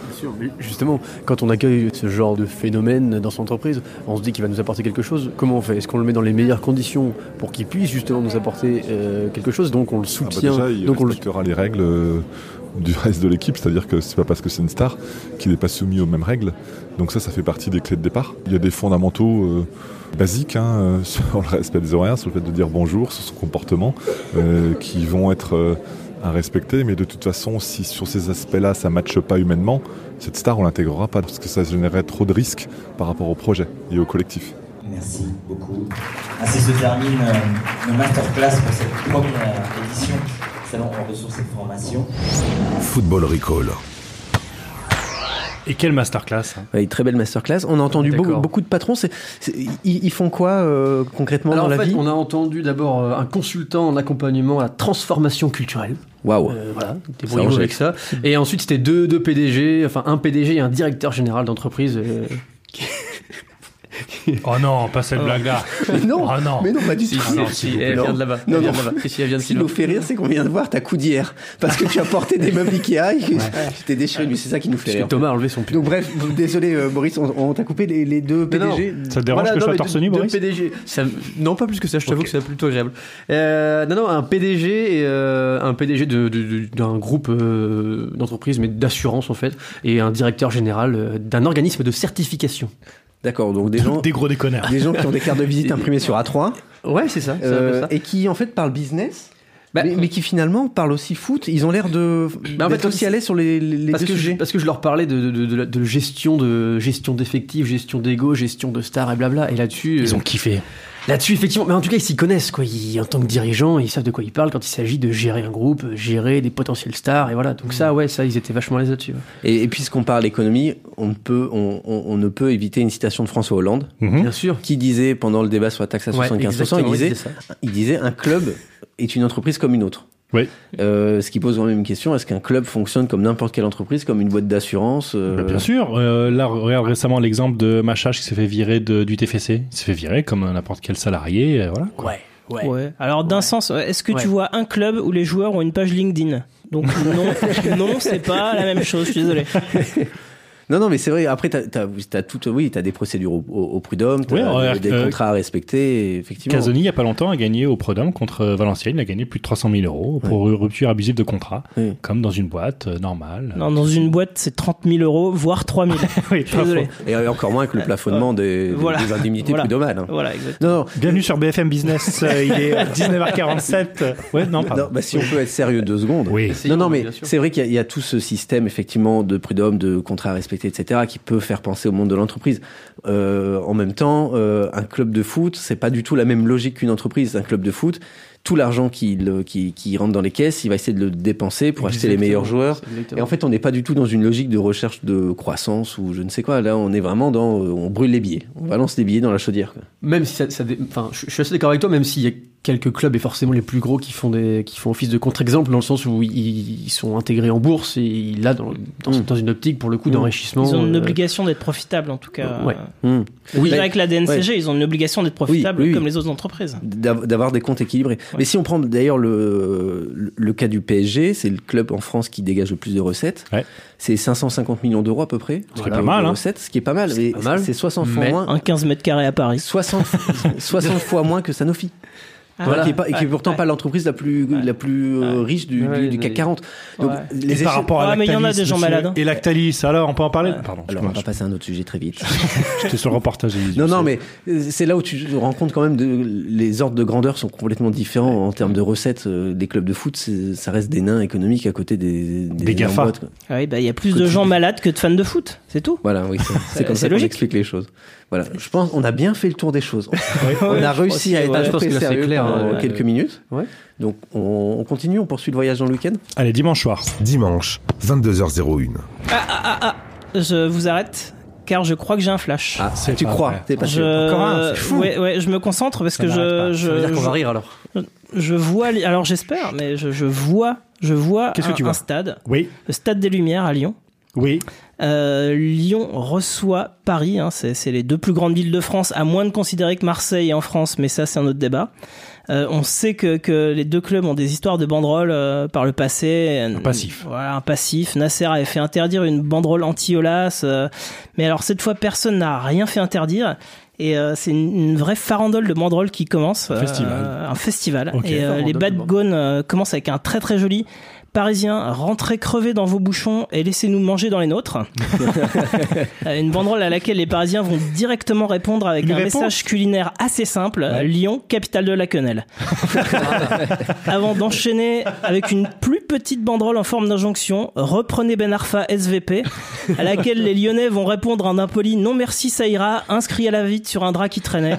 Justement, quand on accueille ce genre de phénomène dans son entreprise, on se dit qu'il va nous apporter quelque chose. Comment on fait Est-ce qu'on le met dans les meilleures conditions pour qu'il puisse justement nous apporter euh, quelque chose Donc on Ah le bah soutient. déjà, il donc on le- respectera les règles euh, du reste de l'équipe, c'est-à-dire que c'est pas parce que c'est une star qu'il n'est pas soumis aux mêmes règles. Donc ça, ça fait partie des clés de départ. Il y a des fondamentaux euh, basiques hein, euh, sur le respect des horaires, sur le fait de dire bonjour, sur son comportement, euh, qui vont être euh, à respecter. Mais de toute façon, si sur ces aspects-là, ça matche pas humainement, cette star, on l'intégrera pas parce que ça générerait trop de risques par rapport au projet et au collectif. Merci beaucoup. Ainsi se termine euh, nos masterclass pour cette première édition Salon en ressources et formations. Football Recall. Et quelle masterclass hein. Ouais, très belle masterclass. On a entendu beaucoup, Ah, D'accord. beaucoup de patrons. c'est- c'est- ils, ils font quoi euh, concrètement bah, Alors, dans en la fait, vie on a entendu d'abord euh, un consultant en accompagnement à la transformation culturelle. Waouh. Euh, voilà, des Ça enchaîne. avec ça. Et ensuite, c'était deux, deux PDG, enfin un PDG et un directeur général d'entreprise. [laughs] euh, Oh non, pas cette Oh. blague-là. Mais non, oh non. mais non, pas du Ah Si, tout. si, non, si, s'il vous elle plaît. vient de là-bas. Elle Non, vient de non. là-bas. Si, si, elle vient de Ce qui nous fait rire, c'est qu'on vient de voir ta coudière parce que tu as porté des meubles Ikea et que tu t'es déchiré. lui. C'est ça qui nous fait Parce que rire. Thomas a enlevé son pull. Donc bref, désolé euh, Boris, on, on t'a coupé les, les deux Mais non. PDG. Ça te dérange Voilà, que je non, sois mais torse deux- nu, deux Boris PDG. Ça me- non, pas plus que ça, je t'avoue que c'est plutôt agréable. Euh, non, non, un PDG, et, euh, un PDG de- de- de- d'un groupe euh, d'entreprise, mais d'assurance en fait, et un directeur général euh, d'un organisme de certification. D'accord, donc des gens, Des gros déconneurs. des gens qui ont des cartes de visite imprimées sur A3 Ouais, c'est ça. c'est un peu euh, ça. et qui en fait parlent business. Bah, mais, mais qui finalement parlent aussi foot, ils ont l'air de Bah, en d'être fait, aussi à l'aise sur les, les parce deux que, je, sujets. parce que je leur parlais de, de, de- de la- de gestion de gestion d'effectifs, gestion d'ego, gestion de stars et blabla. Et là-dessus, euh, kiffé. là-dessus effectivement, mais en tout cas ils s'y connaissent quoi. Ils- en tant que dirigeants, ils savent de quoi ils parlent quand il s'agit de gérer un groupe, euh, gérer des potentiels stars et voilà. Donc ça, ouais, ça ils étaient vachement à l'aise là-dessus. ouais. Et, et puisqu'on parle économie, on ne peut on, on- on ne peut éviter une citation de François Hollande Mhm. Bien sûr. qui disait pendant le débat sur la taxe à Ouais, 75%, exactement, il, disait, il disait il disait un club est une entreprise comme une autre. Oui. Euh, ce qui pose la même question, est-ce qu'un club fonctionne comme n'importe quelle entreprise, comme une boîte d'assurance euh, Bah, bien sûr. Euh, là, regarde récemment l'exemple de Machach qui s'est fait virer de- du TFC. Il s'est fait virer comme n'importe quel salarié. euh, voilà. Ouais. Ouais. Ouais. Alors d'un sens, euh, est-ce que Ouais. tu vois un club où les joueurs ont une page LinkedIn Donc non, non, c'est pas la même chose. Je suis désolé. Non, non, mais c'est vrai, après, t'as, t'as, t'as tout, oui, t'as des procédures au, au- au prud'homme, t'as Ouais, des- alors, des euh, contrats à respecter, et effectivement. Casoni, il n'y a pas longtemps, a gagné au Prodome contre euh, Valenciennes. Il a gagné plus de 300 000 euros pour rupture abusive de contrat, Oui. comme dans une boîte euh, normale. Non, dans une boîte, c'est 30 000 euros, voire 3 000. Oui, Je suis désolé. Et encore moins que [laughs] le plafonnement des, des- Voilà. des indemnités Voilà. prud'homales. hein. Voilà, exact. Non, non, Bienvenue sur BFM Business. euh, il est 19h47. Ouais, non, pardon. non, bah, si on peut être sérieux deux secondes. Oui. Non, non, mais bien sûr. c'est vrai qu'il y, a- il y a tout ce système, effectivement, de prud'homme, de contrats à respecter, etc., qui peut faire penser au monde de l'entreprise. Euh, en même temps, euh, un club de foot, c'est pas du tout la même logique qu'une entreprise. Un club de foot, tout l'argent qui, qui, qui rentre dans les caisses, il va essayer de le dépenser pour acheter les Exactement. meilleurs joueurs. Exactement. Et en fait, on n'est pas du tout dans une logique de recherche de croissance ou je ne sais quoi. Là, on est vraiment dans, euh, on brûle les billets, on balance les billets dans la chaudière. quoi. même si ça, ça dé- enfin, je je suis assez d'accord avec toi, même s'il y a quelques clubs et forcément les plus gros qui font des, qui font office de contre-exemple dans le sens où ils, ils sont intégrés en bourse et là dans, dans, Mm. dans une optique pour le coup Mm. d'enrichissement. Ils ont une euh, obligation d'être profitables, en tout cas. Ouais. Hmm. Oui, Là, avec la DNCG, ils ont une obligation d'être profitables oui, oui. comme les autres entreprises. d'av- d'avoir des comptes équilibrés. Mais si on prend d'ailleurs le, le, le cas du PSG, c'est le club en France qui dégage le plus de recettes. Ouais. C'est 550 millions d'euros à peu près. Ce qui est pas mal, de hein. recettes, ce qui est pas mal. mais pas mal. C'est 60 fois Mais- moins. Un 15 mètres carrés à [laughs] Paris. 60, 60 fois moins que Sanofi. Ah, Voilà, ouais. qui est, pas- et qui est Ouais, pourtant ouais. pas l'entreprise la plus, la plus euh, riche du, Ouais, du- du mais- CAC 40. Donc, Ouais. les Et par échelles- rapport à Ah, mais il y en a Lactalis, des gens monsieur. malades, hein. Et Lactalis, alors on peut en parler Pardon, Alors, on excuse-moi, va passer à un autre sujet [laughs] très vite. j'étais sur le reportage. Non, non, mais euh, c'est là où tu te rends compte quand même de les ordres de grandeur sont complètement différents en termes de recettes euh, des clubs de foot. c'est- Ça reste des nains économiques à côté des Des énormes GAFA. boîtes, quoi. Ah oui, bah, il y a plus de gens malades que de fans de foot, c'est tout. Voilà, [laughs] oui, c'est- c'est comme c'est ça qu'on logique. explique les choses. Voilà, je pense on a bien fait le tour des choses. on a réussi que- à être ouais, je très pense que là, c'est sérieux clair, pendant hein, quelques euh, minutes. ouais. Donc on, on continue, on poursuit le voyage dans le week-end. Allez, dimanche soir. Dimanche, 22h01. Ah, Je vous arrête, car je crois que j'ai un flash. Ah, c'est tu pas crois vrai. T'es pas je... sûr. c'est fou. Ouais, ouais, je me concentre parce Ça que n'arrête pas. Ça je, je, Ça veut dire qu'on je- va rire alors. je vois, li- alors j'espère, mais je, je vois, je vois Qu'est-ce un, que tu vois un stade, Oui, le stade des Lumières à Lyon. oui. Euh, Lyon reçoit Paris, hein, c'est c'est les deux plus grandes villes de France, à moins de considérer que Marseille est en France, mais ça c'est un autre débat. Euh, on sait que, que les deux clubs ont des histoires de banderoles euh, par le passé. Un passif. Voilà, un passif. Nasser avait fait interdire une banderole anti-Olas, euh, mais alors cette fois personne n'a rien fait interdire. Et euh, c'est une, une vraie farandole de banderoles qui commence. euh, Festival. un festival. Ok. Et euh, Farandole les de Bad banderoles. Gone euh, commencent avec un très très joli Parisien, rentrez crever dans vos bouchons et laissez-nous manger dans [laughs] les nôtres. Euh, Une banderole à laquelle les Parisiens vont directement répondre avec Une un réponse message culinaire assez simple euh, Lyon, capitale de la quenelle. Avant d'enchaîner avec une plus petite banderole en forme d'injonction Reprenez Ben Arfa SVP, à laquelle les Lyonnais vont répondre en impoli Non merci, ça ira, inscrit à la vite sur un drap qui traînait.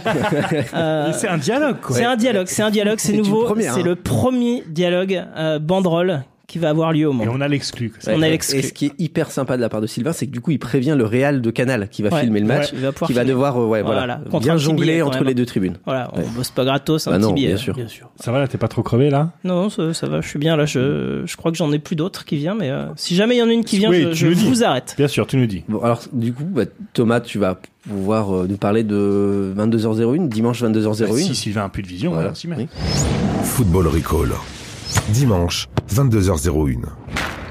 Euh, C'est un dialogue, quoi. c'est un dialogue, c'est un dialogue, c'est C'est une nouveau. première, C'est hein. le premier dialogue euh, banderole qui va avoir lieu au monde. Et on a l'exclu. On a l'exclu. Et ce qui est hyper sympa de la part de Sylvain, c'est que du coup, il prévient le Real de Canal qui va Ouais. filmer le match, Ouais, il va pouvoir qui va filmer. devoir euh, ouais, Voilà, voilà, contre un bien petit billet, jongler quand entre même. les deux tribunes. Voilà, on bosse pas gratos, un Bah petit non, billet, bien sûr. Ça va là, t'es pas trop crevé là Non, non, ça, ça va, je suis bien là. Je, je crois que j'en ai plus d'autres qui viennent, mais euh, si jamais il y en a une qui vient, Oui, je, tu je le dis. vous arrête. Bien sûr, tu nous dis. Bon, alors du coup, bah, Thomas, tu vas pouvoir euh, nous parler de 22h01, dimanche 22h01. Bah, si Sylvain a plus de vision, alors, s'y met. Football Recall. Dimanche, 22h01.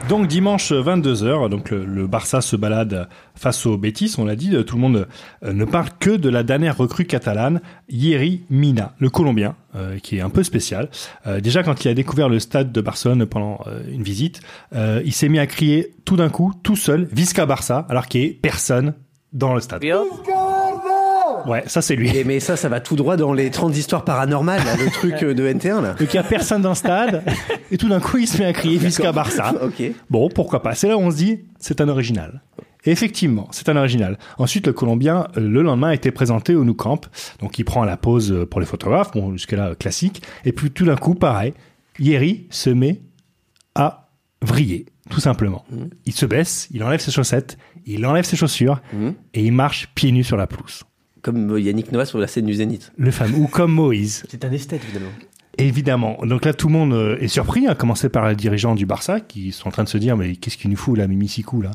Donc dimanche 22h, donc le, le Barça se balade face aux Betis, on l'a dit, euh, tout le monde euh, ne parle que de la dernière recrue catalane, Yeri Mina, le Colombien, euh, qui est un peu spécial. Euh, déjà quand il a découvert le stade de Barcelone pendant euh, une visite, euh, il s'est mis à crier tout d'un coup, tout seul, Visca Barça, alors qu'il y a personne dans le stade. Ouais, ça c'est lui. Et Eh, mais ça, ça va tout droit dans les 30 histoires paranormales, là, le truc euh, de NT1 là. Donc il n'y a personne dans le stade, et tout d'un coup il se met à crier Visca Barça. Ok. Bon, pourquoi pas. C'est là où on se dit, c'est un original. Et effectivement, c'est un original. Ensuite, le Colombien, euh, le lendemain, a été présenté au Nou Camp. Donc, il prend la pause euh, pour les photographes, bon, jusque-là, euh, classique. Et puis, tout d'un coup, pareil, Yeri se met à vriller, tout simplement. Il se baisse, il enlève ses chaussettes, il enlève ses chaussures, et il marche pieds nus sur la pelouse. Comme euh, Yannick Noah sur la scène du Zénith. Le fameux, ou comme Moïse. C'est un esthète, évidemment. Évidemment. Donc là, tout le monde euh, est surpris, à commencer par les dirigeants du Barça, qui sont en train de se dire, mais qu'est-ce qu'il nous fout, là, Mimi Sikou, là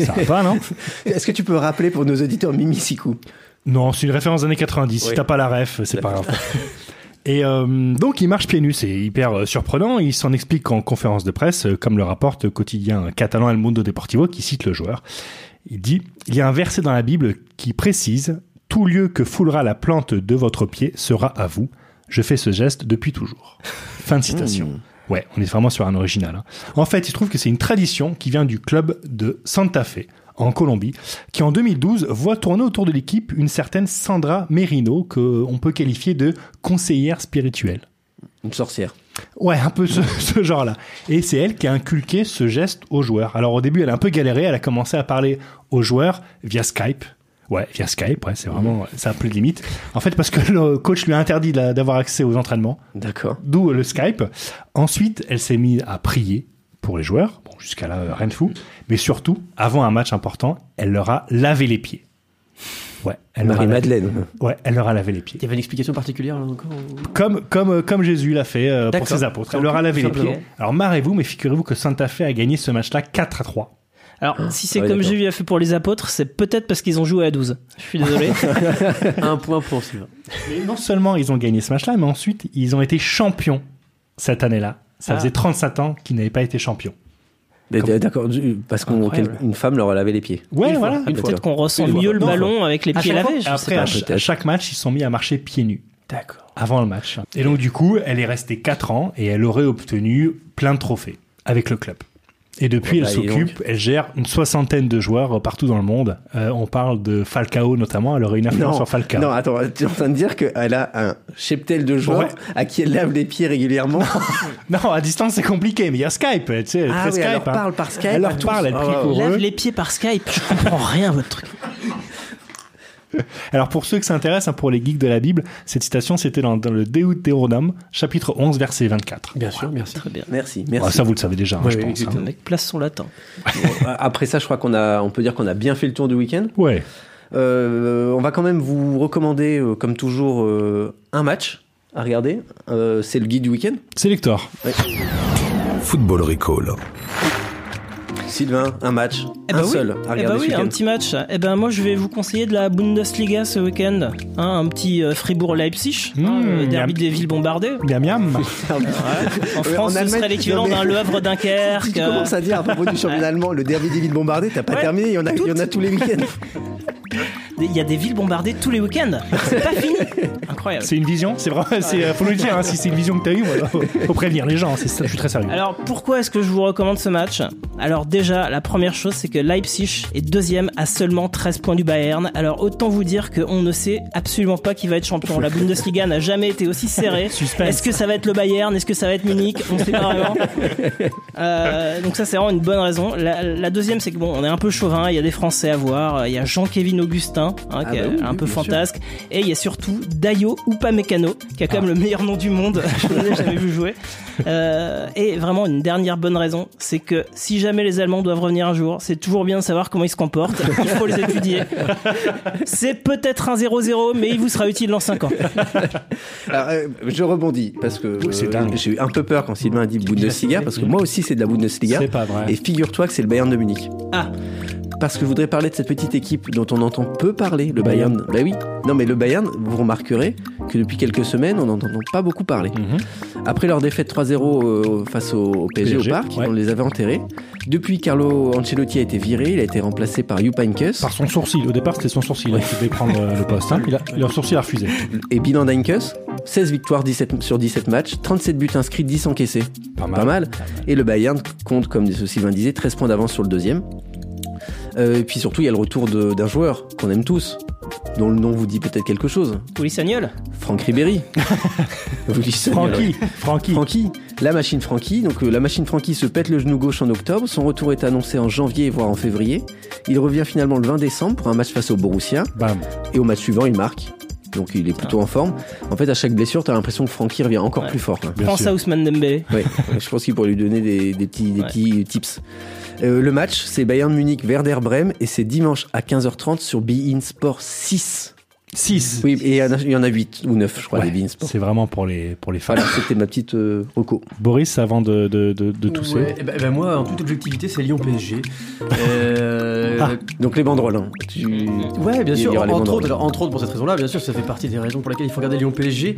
Ça va pas, non Est-ce que tu peux rappeler pour nos auditeurs Mimi Sikou Non, c'est une référence des années 90. Oui. Si t'as pas la ref, c'est pas grave. Et euh, donc il marche pieds nus, c'est hyper euh, surprenant. Il s'en explique en conférence de presse, euh, comme le rapporte quotidien catalan El Mundo Deportivo, qui cite le joueur. Il dit il y a un verset dans la Bible qui précise tout lieu que foulera la plante de votre pied sera à vous. Je fais ce geste depuis toujours. Fin de citation. Ouais, on est vraiment sur un original. hein. En fait, il se trouve que c'est une tradition qui vient du club de Santa Fe, en Colombie, qui en 2012 voit tourner autour de l'équipe une certaine Sandra Merino, qu'on peut qualifier de conseillère spirituelle. Une sorcière. Ouais, un peu ce, [laughs] ce genre-là. Et c'est elle qui a inculqué ce geste aux joueurs. Alors au début, elle a un peu galéré, elle a commencé à parler aux joueurs via Skype. Ouais, via Skype, ouais, c'est vraiment, ça a plus de limite. En fait, parce que le coach lui a interdit d'a- d'avoir accès aux entraînements. D'accord. D'où le Skype. Ensuite, elle s'est mise à prier pour les joueurs. Bon, jusqu'à là, euh, rien de fou. Mais surtout, avant un match important, elle leur a lavé les pieds. Ouais, elle leur a lavé- Marie-Madeleine. Ouais, elle leur a lavé les pieds. Il y avait une explication particulière là encore ou- Comme, comme, euh, comme Jésus l'a fait euh, pour D'accord. ses apôtres. Elle Donc, leur a lavé les simplement. pieds. Alors marrez-vous, mais figurez-vous que Santa Fe a gagné ce match-là 4 à 3. Alors, Ah, si c'est ouais, comme d'accord. Jésus a fait pour les apôtres, c'est peut-être parce qu'ils ont joué à 12. Je [laughs] suis désolé. Un point pour Sylvain. Mais non seulement ils ont gagné ce match-là, mais ensuite ils ont été champions cette année-là. Ça Ah. faisait 35 ans qu'ils n'avaient pas été champions. D- D'accord, du- parce Incroyable. qu'une femme leur a lavé les pieds. Ouais, voilà. D'accord. Une fois. Non, ballon avec les à pieds chaque lavés, fois- je sais Après, pas. à, ch- à chaque match, ils se sont mis à marcher pieds nus. D'accord. Avant le match. Et donc, du coup, elle est restée 4 ans et elle aurait obtenu plein de trophées avec le club. Et depuis, Ouais, elle bah, dis s'occupe, elle gère une soixantaine de joueurs euh, partout dans le monde. Euh, on parle de Falcao notamment, elle aurait une influence sur Falcao. non, attends, tu es en train de dire qu'elle a un cheptel de joueurs Ouais. à qui elle lave les pieds régulièrement. Non, à distance, c'est compliqué, mais il y a Skype, tu sais, elle Ah fait oui, Skype. elle leur hein. parle par Skype Elle à leur tous. parle, elle Ah prie ouais, pour Lave eux. les pieds par Skype, je comprends rien votre [laughs] truc. Alors, pour ceux qui s'intéressent, hein, pour les geeks de la Bible, cette citation, c'était dans, dans le Deutéronome, chapitre 11, verset 24. Bien sûr, merci. Très bien. [laughs] Merci, Ouais, merci. ça, vous le savez déjà, hein, Ouais, je oui, pense. hein. Le mec place son latin. Bon, Euh, Après ça, je crois qu'on a, on peut dire qu'on a bien fait le tour du week-end. Ouais. Euh, on va quand même vous recommander, euh, comme toujours, euh, un match à regarder. Euh, c'est le guide du week-end. Sélector. Ouais. Football Recall. Sylvain, un match, Eh un ben oui, seul à eh ben regarder ce oui, un week-end. petit match. Eh ben moi, je vais vous conseiller de la Bundesliga ce week-end. Hein, un petit euh, Fribourg-Leipzig, hein, Mmh, le derby miam. des villes [laughs] bombardées. Miam, miam. En Ouais, France, en Allemagne, ce serait l'équivalent non, mais- d'un Le Havre-Dunkerque. Si [laughs] tu commences à dire à [laughs] propos du championnat allemand, le derby des villes bombardées, t'as pas Ouais, terminé, il y, en a, il y en a tous les [laughs] week-ends. Il y a des villes bombardées tous les week-ends. C'est [laughs] pas fini. Incroyable. C'est une vision, c'est vrai, c'est, euh, faut le dire, hein, si c'est une vision que t'as eue, voilà, faut, faut prévenir les gens, c'est ça, je suis très sérieux. Alors pourquoi est-ce que je vous recommande ce match Alors déjà, la première chose, c'est que Leipzig est deuxième à seulement 13 points du Bayern. Alors autant vous dire qu'on ne sait absolument pas qui va être champion. La Bundesliga n'a jamais été aussi serrée. Suspense. Est-ce que ça va être le Bayern Est-ce que ça va être Munich On sait pas vraiment. Euh, donc ça c'est euh, vraiment une bonne raison. La, la deuxième c'est que bon, on est un peu chauvin, il y a des Français à voir, il y a Jean-Kévin Augustin Milan, hein, qui est un peu fantasque. Et il y a surtout Dayo Upamecano, qui a quand même le meilleur nom du monde. [laughs] Je l'ai jamais vu jouer. Euh, et vraiment, une dernière bonne raison, c'est que si jamais les Allemands doivent revenir un jour, c'est toujours bien de savoir comment ils se comportent. Il faut les étudier. C'est peut-être un 0-0, mais il vous sera utile dans 5 ans. Alors, euh, je rebondis parce que euh, j'ai eu un peu peur quand Sylvain a dit bah, Bundesliga parce que moi aussi c'est de la Bundesliga. C'est pas vrai. Et figure-toi que c'est le Bayern de Munich. Ah. Parce que je voudrais parler de cette petite équipe dont on entend peu parler, le Bayern. Bah oui. Non mais le Bayern, vous remarquerez que depuis quelques semaines, on n'en entend pas beaucoup parler. Après leur défaite 3-0 euh, face au, au PSG, PSG, au Parc, ouais. on les avait enterrés. Depuis, Carlo Ancelotti a été viré, il a été remplacé par Jupankes. Par son sourcil. Au départ, c'était son sourcil hein, qui devait prendre euh, le poste. hein. Il a, leur sourcil a refusé. Et bilan d'Heinckes, 16 victoires 17 sur 17 matchs, 37 buts inscrits, 10 encaissés. Pas mal. Et le Bayern compte, comme Sylvain disait, 13 points d'avance sur le deuxième. Euh, et puis surtout, il y a le retour de- d'un joueur qu'on aime tous, dont le nom vous dit peut-être quelque chose. Poulissagnol [laughs] Franck Ribéry. Francky, Francky. La machine Francky. Donc euh, la machine Francky se pète le genou gauche en octobre. Son retour est annoncé en janvier, voire en février. Il revient finalement le 20 décembre pour un match face au Borussia. Et au match suivant, il marque. Donc il est Ah. plutôt en forme. En fait, à chaque blessure, t'as l'impression que Francky revient encore plus fort. là. Pense à Ousmane Dembélé. [laughs] Oui, je pense qu'il pourrait lui donner des, des petits, des petits tips. Euh, le match, c'est Bayern Munich Werder Bremen et c'est dimanche à 15h30 sur Bein Sport 6. 6 Oui, et il y en a- il y en a 8 ou 9, je crois, Ouais, des Bein Sport. C'est vraiment pour les, pour les fans. Voilà, c'était ma petite euh, reco. Boris, avant de, de, de, de tousser. Ouais, eh ben- eh ben moi, en toute objectivité, c'est Lyon PSG. Euh, Ah. Donc les banderoles. hein. Tu- Ouais, bien il y sûr. aura les Entre banderoles. autres, alors, entre autres, pour cette raison-là, bien sûr, ça fait partie des raisons pour lesquelles il faut regarder Lyon PSG.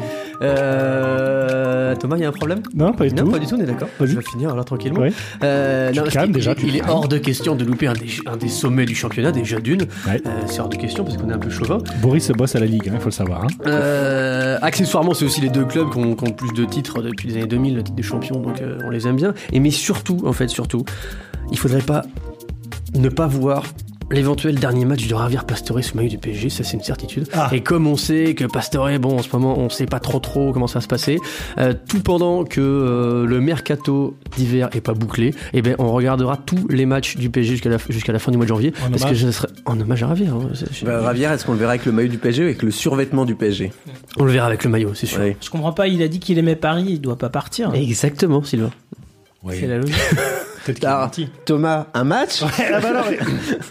Euh, Thomas, il y a un problème Non, pas du tout. pas du tout, on est d'accord. On va finir là tranquillement. Ouais. Euh, Tu te parce calmes qu'il- déjà, il- tu te Il est calmes. hors de question de louper un des, un des sommets du championnat, déjà d'une. Euh, c'est hors de question parce qu'on est un peu chauvin. Boris bosse à la Ligue, il faut le savoir. hein. Euh, accessoirement, c'est aussi les deux clubs qui ont, qui ont le plus de titres depuis les années 2000, le titre des champions, donc euh, on les aime bien. Et mais surtout, en fait, surtout, il faudrait pas ne pas voir l'éventuel dernier match de Javier Pastore sous maillot du PSG, ça c'est une certitude. Ah. Et comme on sait que Pastore, bon, en ce moment, on sait pas trop trop comment ça va se passer, euh, tout pendant que euh, le mercato d'hiver est pas bouclé, eh ben on regardera tous les matchs du PSG jusqu'à la, jusqu'à la fin du mois de janvier, En parce que hommage. ce serait en hommage à Javier. hein, c'est- Bah, Ravière, est-ce qu'on le verra avec le maillot du PSG ou avec le survêtement du PSG On le verra avec le maillot, c'est sûr. Je comprends pas, il a dit qu'il aimait Paris, il doit pas partir. Exactement, Sylvain. C'est la logique. Alors, Ah, Thomas, un match Ah bah alors,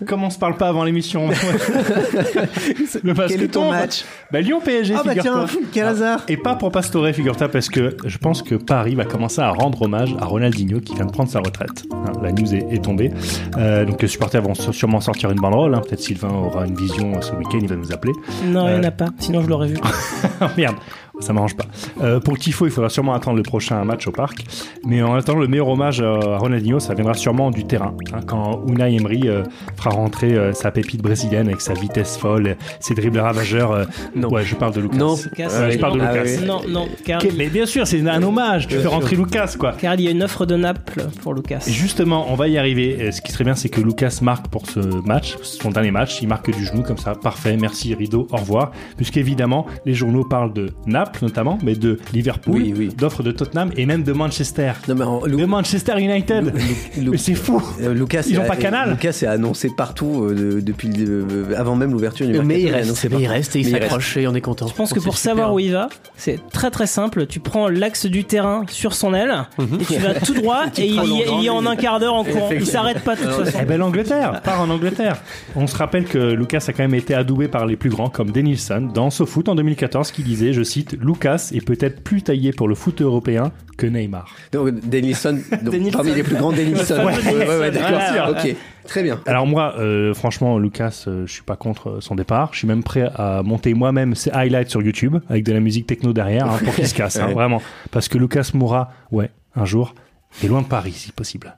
comment on se parle pas avant l'émission Le match Quel qui est ton tombe. match bah, Lyon PSG, Ah bah figure-toi. tiens, quel hasard Et pas pour Pastore, figure-toi, parce que je pense que Paris va commencer à rendre hommage à Ronaldinho qui vient de prendre sa retraite. Hein, la news est, est tombée. Euh, donc les supporters vont so- sûrement sortir une banderole. hein. Peut-être Sylvain aura une vision euh, ce week-end, il va nous appeler. Non, il n'y en Euh, a pas, sinon je l'aurais vu. [laughs] Oh, merde, ça m'arrange pas. Euh, pour le Tifo, il faudra sûrement attendre le prochain match au parc. Mais en attendant, le meilleur hommage euh, à Ronaldinho, ça viendra sûrement du terrain. hein, quand Unai Emery euh, fera rentrer euh, sa pépite brésilienne avec sa vitesse folle, euh, ses dribbles ravageurs. euh, Ouais, je parle de Lucas. Non. Lucas, Ouais, je parle de non, Lucas. Non, non, car, Ok, mais bien sûr, c'est un hommage. Tu fais rentrer Lucas, quoi. car il y a une offre de Naples pour Lucas. Et justement, on va y arriver. Euh, Ce qui serait bien, c'est que Lucas marque pour ce match, son dernier match. Il marque du genou comme ça. Parfait, merci, rideau, au revoir. Puisqu'évidemment, les journaux parlent de Naples notamment, mais de Liverpool, Oui, oui. d'offres de Tottenham et même de Manchester. Non, mais en- Lu- De Manchester United. Lu- Mais c'est fou. Euh, Lucas, Ils il ont a- pas Canal. Lucas est annoncé partout euh, de- depuis le- euh, avant même l'ouverture du mercato. Mais il est reste, annoncé mais il partout. reste et il Mais s'accroche et on est content. Je Oh, pense que pour savoir où il va, c'est très très simple. Tu prends l'axe du terrain sur son aile Mhm. et tu vas tout [laughs] droit et il y, est- il y est en un quart d'heure en courant. Il s'arrête pas de toute Eh façon. ben l'Angleterre, part en Angleterre. On se rappelle que Lucas a quand même été adoubé par les plus grands comme Denilson dans SoFoot en 2014 qui disait, je cite, Lucas est peut-être plus taillé pour le foot européen que Neymar. Donc, Denilson, [laughs] donc, parmi les plus grands Denilson. Ouais, ouais, ouais, d'accord. voilà. ok, très [laughs] bien. Alors moi, euh, franchement, Lucas, euh, je suis pas contre euh, son départ. Je suis même prêt à monter moi-même ses highlights sur YouTube avec de la musique techno derrière hein, pour qu'il se casse, hein, Ouais. vraiment. Parce que Lucas mourra, ouais, un jour, et loin de Paris, si possible.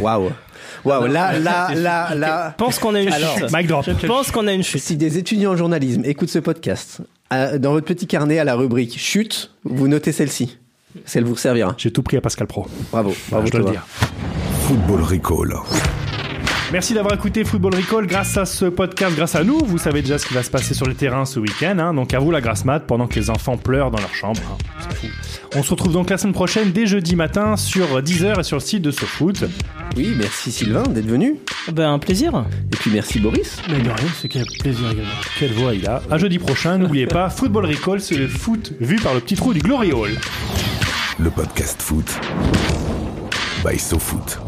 Waouh. Waouh, là, là, là, là. Je pense qu'on a une Alors, chute. Mic drop. Je pense qu'on a une chute. Si des étudiants en journalisme écoutent ce podcast, à- dans votre petit carnet à la rubrique chute, vous notez celle-ci. Celle vous servira. Ah, J'ai tout pris à Pascal Pro. Bravo. Voilà, bravo je dois le Thomas. dire. Football Recall. Merci d'avoir écouté Football Recall. Grâce à ce podcast, grâce à nous, vous savez déjà ce qui va se passer sur les terrains ce week-end. hein. Donc à vous la grasse mat pendant que les enfants pleurent dans leur chambre. hein. On s'en fout. On se retrouve donc la semaine prochaine dès jeudi matin sur 10h et sur le site de SoFoot. Oui, merci Sylvain d'être venu. Ben, un plaisir. Et puis merci Boris. Mais de rien, c'est quel plaisir également. Quelle voix il a. À jeudi prochain, n'oubliez pas, Football Recall, c'est le foot vu par le petit trou du Glory Hall. Le podcast foot by SoFoot.